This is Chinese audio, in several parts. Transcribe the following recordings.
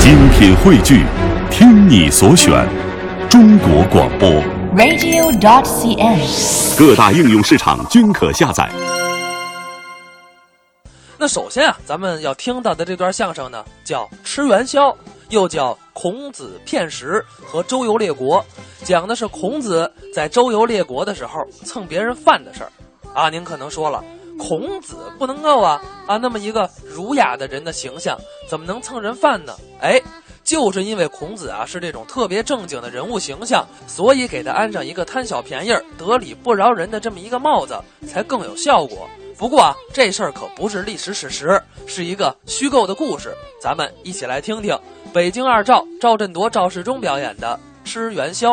精品汇聚，听你所选，中国广播。 radio.cn。各大应用市场均可下载。那首先啊，咱们要听到的这段相声呢，叫《吃元宵》，又叫《孔子骗食》和《周游列国》，讲的是孔子在周游列国的时候蹭别人饭的事儿。啊，您可能说了，孔子不能够啊啊那么一个儒雅的人的形象，怎么能蹭人饭呢？哎，就是因为孔子啊是这种特别正经的人物形象，所以给他安上一个贪小便宜儿、得理不饶人的这么一个帽子，才更有效果。不过啊，这事儿可不是历史史实，是一个虚构的故事。咱们一起来听听北京二赵赵振铎、赵世忠表演的《吃元宵》。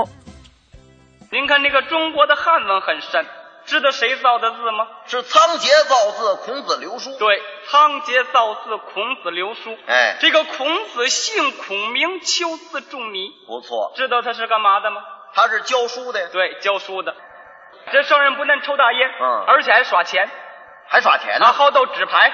您看这个中国的汉文很深，知道谁造的字吗？是仓颉造字，孔子刘书。，对，仓颉造字，孔子刘书。哎这个孔子姓孔，名丘，字仲尼。不错，知道他是干嘛的吗？他是教书的呀，对，教书的。这圣人不但抽大烟，嗯而且还耍钱，还耍钱呢拿。啊好斗纸 牌。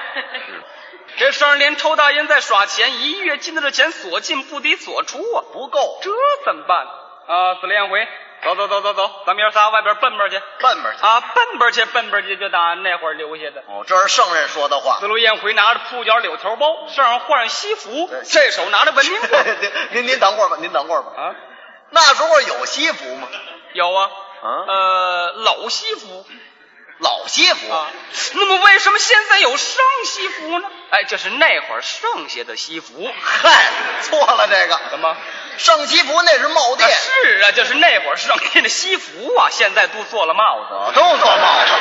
这圣人连抽大烟再耍钱，一月进的这钱所进不抵所出啊！不够，这怎么办？啊，死了宴回，走走走走走，咱们爷仨外边奔奔去。笨吧？啊，奔奔去，奔奔去，就打那会儿留下的。哦，这是圣人说的话四。路宴回拿着裤脚柳条包，身上换上西服，这手拿着文明棍 您您等会儿吧，您等会儿吧。啊，那时候有西服吗？有啊，啊呃，老西服老西服啊。那么为什么现在有上西服呢？哎，这是那会儿剩下的西服。嗨，错了这个。怎么？上西服那是帽啊店，是啊，就是那会儿剩下的西服啊，现在都做了帽子。都做帽子。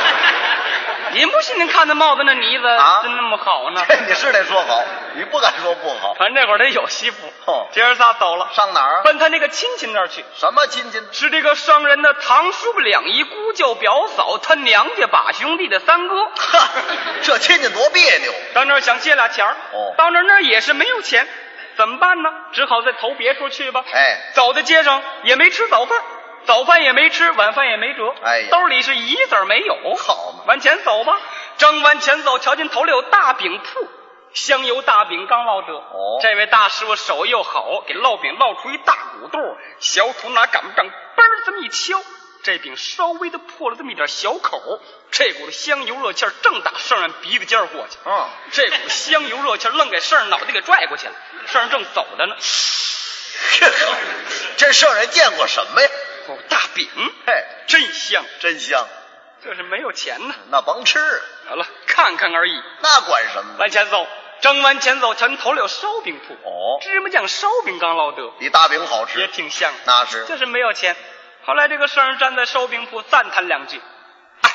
您不信？您看那帽子那呢子啊真那么好呢？ 这你是得说好，你不敢说不好。反正那会儿得有西服。哦这爷仨走了，上哪儿啊？奔他那个亲戚那儿去。什么亲戚？ 是这个商人的堂叔两姨姑舅表嫂，他娘家把兄弟的三哥，哈，这亲戚多别扭。到那儿想借俩钱儿，哦到那儿那儿也是没有钱，怎么办呢？只好再投别处去吧。哎走在街上也没吃早饭，早饭也没吃，晚饭也没辙，哎呀兜里是一子儿没有，好嘛往前走吧，正往前走，瞧见头里有大饼铺。香油大饼刚烙着，哦这位大师傅手艺又好，给烙饼烙出一大鼓肚儿，小土拿擀面杖嘣儿这么一敲，这饼稍微的破了这么一点小口，这股子香油热气儿正打圣人鼻子尖儿过去，嗯，这股香油热气儿愣给圣人脑袋给拽过去了。圣人正走着呢， 这圣人见过什么呀？哦，大饼，嘿，真香！真香。这是没有钱呢。那甭吃，好了，看看而已。那管什么呢？往前走，正往前走，前头里有烧饼铺，哦，芝麻酱烧饼刚烙得，比大饼好吃，也挺香。那是就是没有钱。后来这个圣人站在烧饼铺赞叹两句，哎，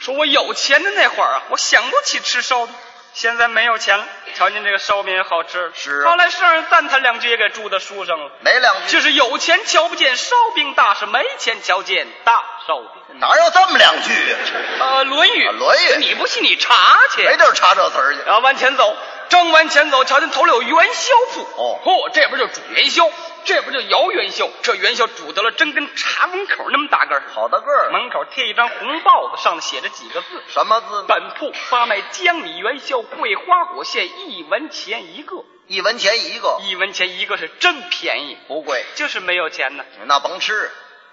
说我有钱的那会儿啊，我想不起吃烧饼。现在没有钱了，瞧您这个烧饼也好吃了。是啊后来圣人赞叹两句，也给住在书上了。哪两句？就是有钱瞧不见烧饼大，是没钱瞧见大烧饼。哪有这么两句啊？呃，《论语》啊论语你不信你查去。没地儿查这词儿去。然后往前走，正往前走，瞧见头里有元宵铺。哦嚯、这边就煮元宵，这边就摇元宵。这元宵煮得了，真跟茶门口那么大个儿。好大个儿，门口贴一张红报子，上面写着几个字：什么字？本铺发卖江米元宵、桂花果馅，一文钱一个。一文钱一个，一文钱一个是真便宜，不贵。就是没有钱呢。那甭吃，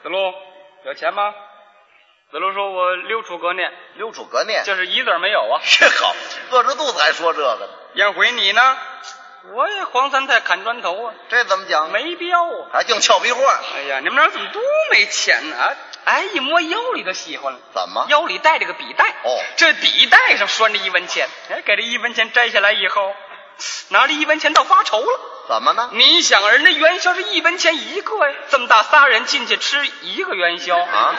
子路，有钱吗？子路说：“我六处隔念，溜出隔念。就是一子儿没有啊。这好，饿着肚子还说这个呢，燕回你呢？我也黄三太砍砖头啊，这怎么讲？没必要啊。还净俏皮话，哎呀，你们俩怎么都没钱呢、啊？哎，一摸腰里就喜欢了。怎么？腰里带着个笔袋，哦这笔袋上拴着一文钱，哎，给这一文钱摘下来以后，拿着一文钱倒发愁了。怎么呢？你想，人家元宵是一文钱一个呀，这么大仨人进去吃一个元宵啊，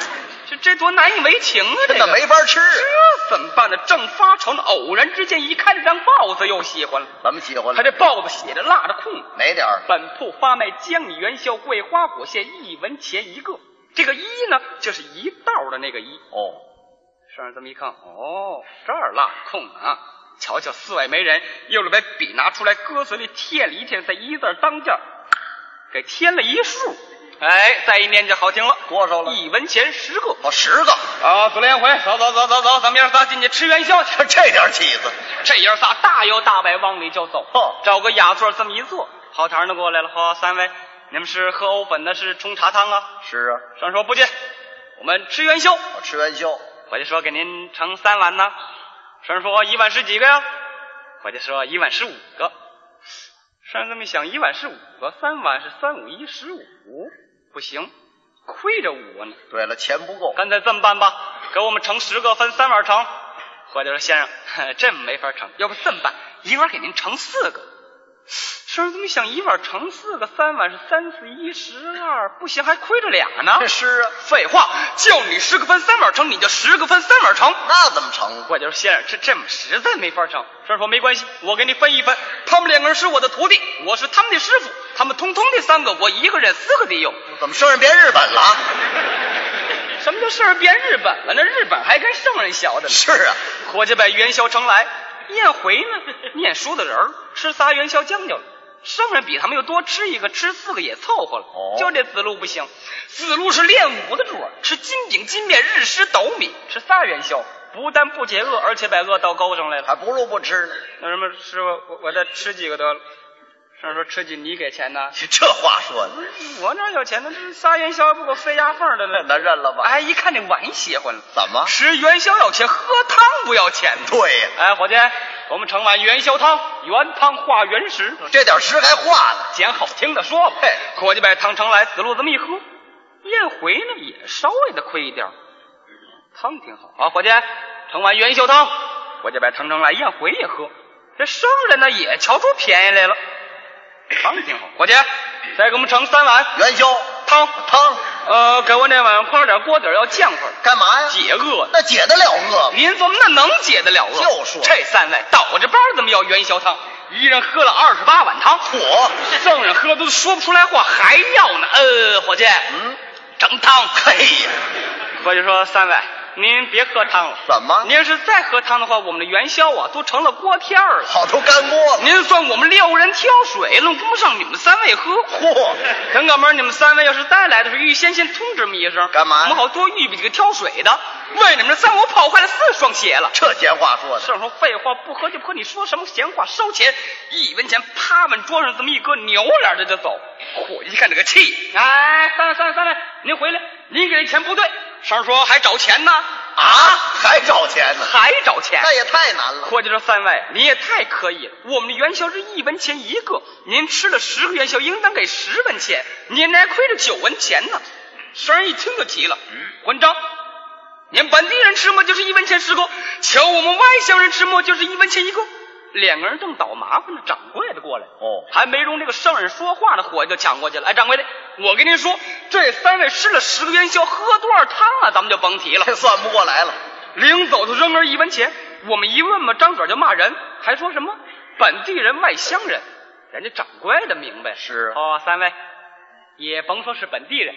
这这多难以为情啊！这真的个没法吃，这怎么办呢？正发愁呢，偶然之间一看这张报子又喜欢了，怎么喜欢他了？这报子写着落着空，哪点儿？本铺发卖江米元宵、桂花果馅，一文钱一个。这个“一”呢，就是一道儿的那个“一哦，”。圣上这么一看，哦，这儿落空啊！瞧瞧，四外没人，又把笔拿出来，搁嘴里贴了一贴，在“一”字儿当间儿给添了一竖。哎，再一念就好听了，多少了一文钱十个。哦，十个，啊，左连回，走走走走走，咱们爷仨进去吃元宵去。 这点起子，这爷仨大摇大摆往里就走哦，找个雅座这么一坐，跑堂的过来了，好，三位，你们是喝欧本的，是冲茶汤啊？是啊，上说不去，我们吃元宵。我吃元宵，伙计说给您盛三碗呢。上说一碗是几个呀？伙计说一碗是五个。上这么一想，一碗是五个，三碗是三五一十五，不行，亏着五个呢。对了，钱不够，干脆这么办吧，给我们盛十个，分三碗盛。伙计说：“先生， 呵这没法盛，要不这么办，一碗给您盛四个。”先生这么一想，一碗盛四个，三碗是三四一十二，不行，还亏着俩呢。 是啊，废话，叫你十个分三碗盛，你就十个分三碗盛。那怎么成？伙计说：“先生，这这么实在没法盛。”先生说：“没关系，我给你分一分。他们两个人是我的徒弟，我是他们的师傅，他们通通的三个，我一个人四个得有。”怎么圣人变日本了？啊什么叫事儿变日本了？那日本还跟圣人学的呢。是啊，伙计把元宵盛来，念回呢，念书的人儿吃仨元宵将就了。圣人比他们又多吃一个，吃四个也凑合了。哦就这子路不行，子路是练武的主儿，吃金饼、金面、日食、斗米，吃仨元宵，不但不解饿，而且把饿到沟上来了。还不如不吃呢。 那什么师傅，我我再吃几个得了。圣人说吃几你给钱呢？这话说的， 我哪有钱呢？这仨元宵不够塞牙缝 的了。那认了吧？哎，一看这碗邪乎了。怎么？吃元宵要钱，喝汤不要钱的。对呀，哎，伙计，我们盛碗元宵汤，原汤化原食，这点诗还画呢。捡好听的说吧。嘿伙计把汤盛来，死路这么一喝，宴回呢也稍微的亏一点儿，汤挺好啊。伙计，盛碗元宵汤，伙计把汤盛来，宴回也喝。这生人呢也瞧出便宜来了，汤挺好。伙计，再给我们盛三碗元宵汤，汤呃，给我那碗宽点锅底儿要降会儿，干嘛呀？解饿的。那解得了饿吗？您琢磨那能解得了饿？就说这三位倒着班儿怎么要元宵汤？一人喝了二十八碗汤，火，圣人喝都说不出来话，还要呢。呃，伙计，嗯，整汤。嘿哎呀，伙计说：“三位，您别喝汤了。怎么？您要是再喝汤的话，我们的元宵啊都成了锅贴儿了。好都干锅了。您算我们六人挑水，愣供不上你们三位喝。嚯，陈哥们儿，你们三位要是再来的时候，预先先通知我们一声，干嘛呀我们好多预备几个挑水的。为你们这三个，我跑坏了四双鞋了。”这闲话说的，圣说废话不喝就不喝，你说什么闲话？收钱，一文钱啪往桌上这么一搁，扭脸的就走。伙计一看这个气，哎，三位三位三位，您回来，您给这钱不对。圣说还找钱呢，啊，还找钱呢？还找钱。那也太难了。伙计说：“三位，你也太可以了！我们的元宵是一文钱一个，您吃了十个元宵，应当给十文钱，您还亏了九文钱呢。”生人一听就急了：“混账！您本地人吃馍就是一文钱十个，瞧我们外乡人吃馍就是一文钱一个。”两个人正倒麻烦呢，掌柜的过来了哦还没容这个圣人说话呢，伙计就抢过去了。哎，掌柜的，我跟您说，这三位吃了十个元宵，喝多少汤啊，咱们就甭提了。这算不过来了。临走就扔人一文钱，我们一问嘛，张嘴就骂人，还说什么本地人、外乡人，人家掌柜的明白是啊哦，三位也甭说是本地人，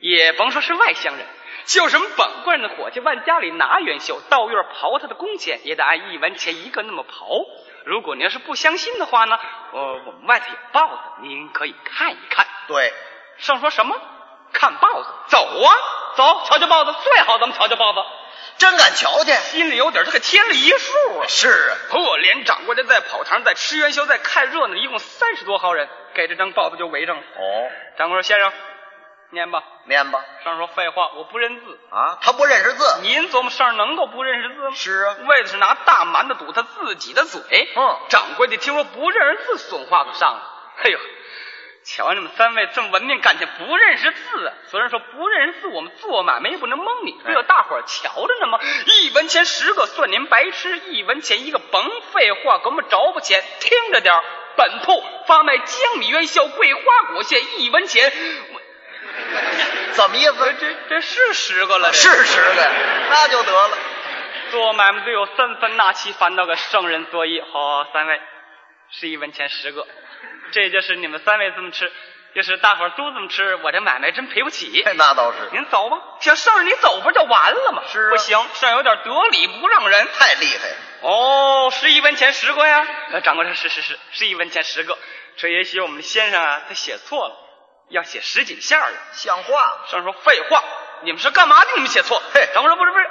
也甭说是外乡人，就是我们本官的伙计往家里拿元宵，到院刨他的工钱也得按一文钱一个那么刨。如果您要是不相信的话呢，呃，我们外头有豹子，您可以看一看。对，上说什么？看豹子，走啊，走，瞧瞧豹子，最好咱们瞧瞧豹子。真敢瞧见。心里有底儿，他给添了一数啊！是啊，破连掌柜的在跑堂，在吃元宵，在看热闹，一共三十多号人，给这张豹子就围上了。哦，掌柜说：“先生，念吧。念吧。”上说：“废话，我不认字。啊，他不认识字。您琢磨上儿能够不认识字吗？是啊，为的是拿大馒头堵他自己的嘴。嗯掌柜的听说不认识字，损话不上了。哎呦，瞧你们三位这么文明，感情不认识字啊！虽然说不认识字，我们做买卖也不能蒙你，不哎有大伙儿瞧着呢吗？一文钱十个，算您白吃；一文钱一个，甭废话，给我们着不钱，听着点儿本铺发卖江米元宵、桂花果馅，一文钱。我怎么意这思？这这是十个了，这是十个，那就得了。做买卖最有三分纳气，反倒给圣人作揖。好，三位是一文钱十个，这就是你们三位这么吃，就是大伙儿都这么吃，我这买卖真赔不起。那倒是，您走吧，想圣人你走不就完了吗？是啊不行，圣人有点得理不让人。太厉害了。哦，是一文钱十个呀？呃掌柜说：“是是是，是一文钱十个。这也许我们的先生啊，他写错了，要写十几下了。”像话，圣人说：“废话，你们是干嘛的？你们写错。”嘿然后说：“不是不是，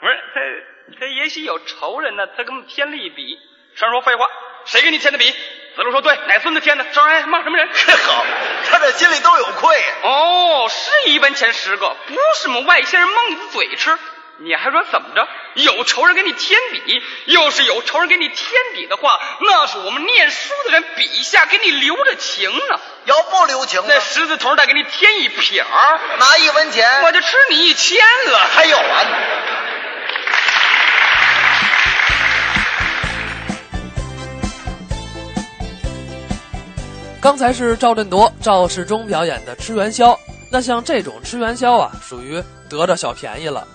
不是他他也许有仇人呢，他给我们添了一笔。”圣人说：“废话，谁给你添的笔？子路说对，乃孙子天的？张安骂什么人？这好，他这心里都有愧呀。哦，是一文钱十个，不是我们外星人蒙你的嘴吃。你还说怎么着？有仇人给你添笔，要是有仇人给你添笔的话，那是我们念书的人笔下给你留着情呢。要不留情呢啊那，十字头再给你添一撇儿，拿一文钱，我就吃你一千了。还有完。刚才是赵振铎、赵世忠表演的吃元宵。那像这种吃元宵啊，属于得着小便宜了，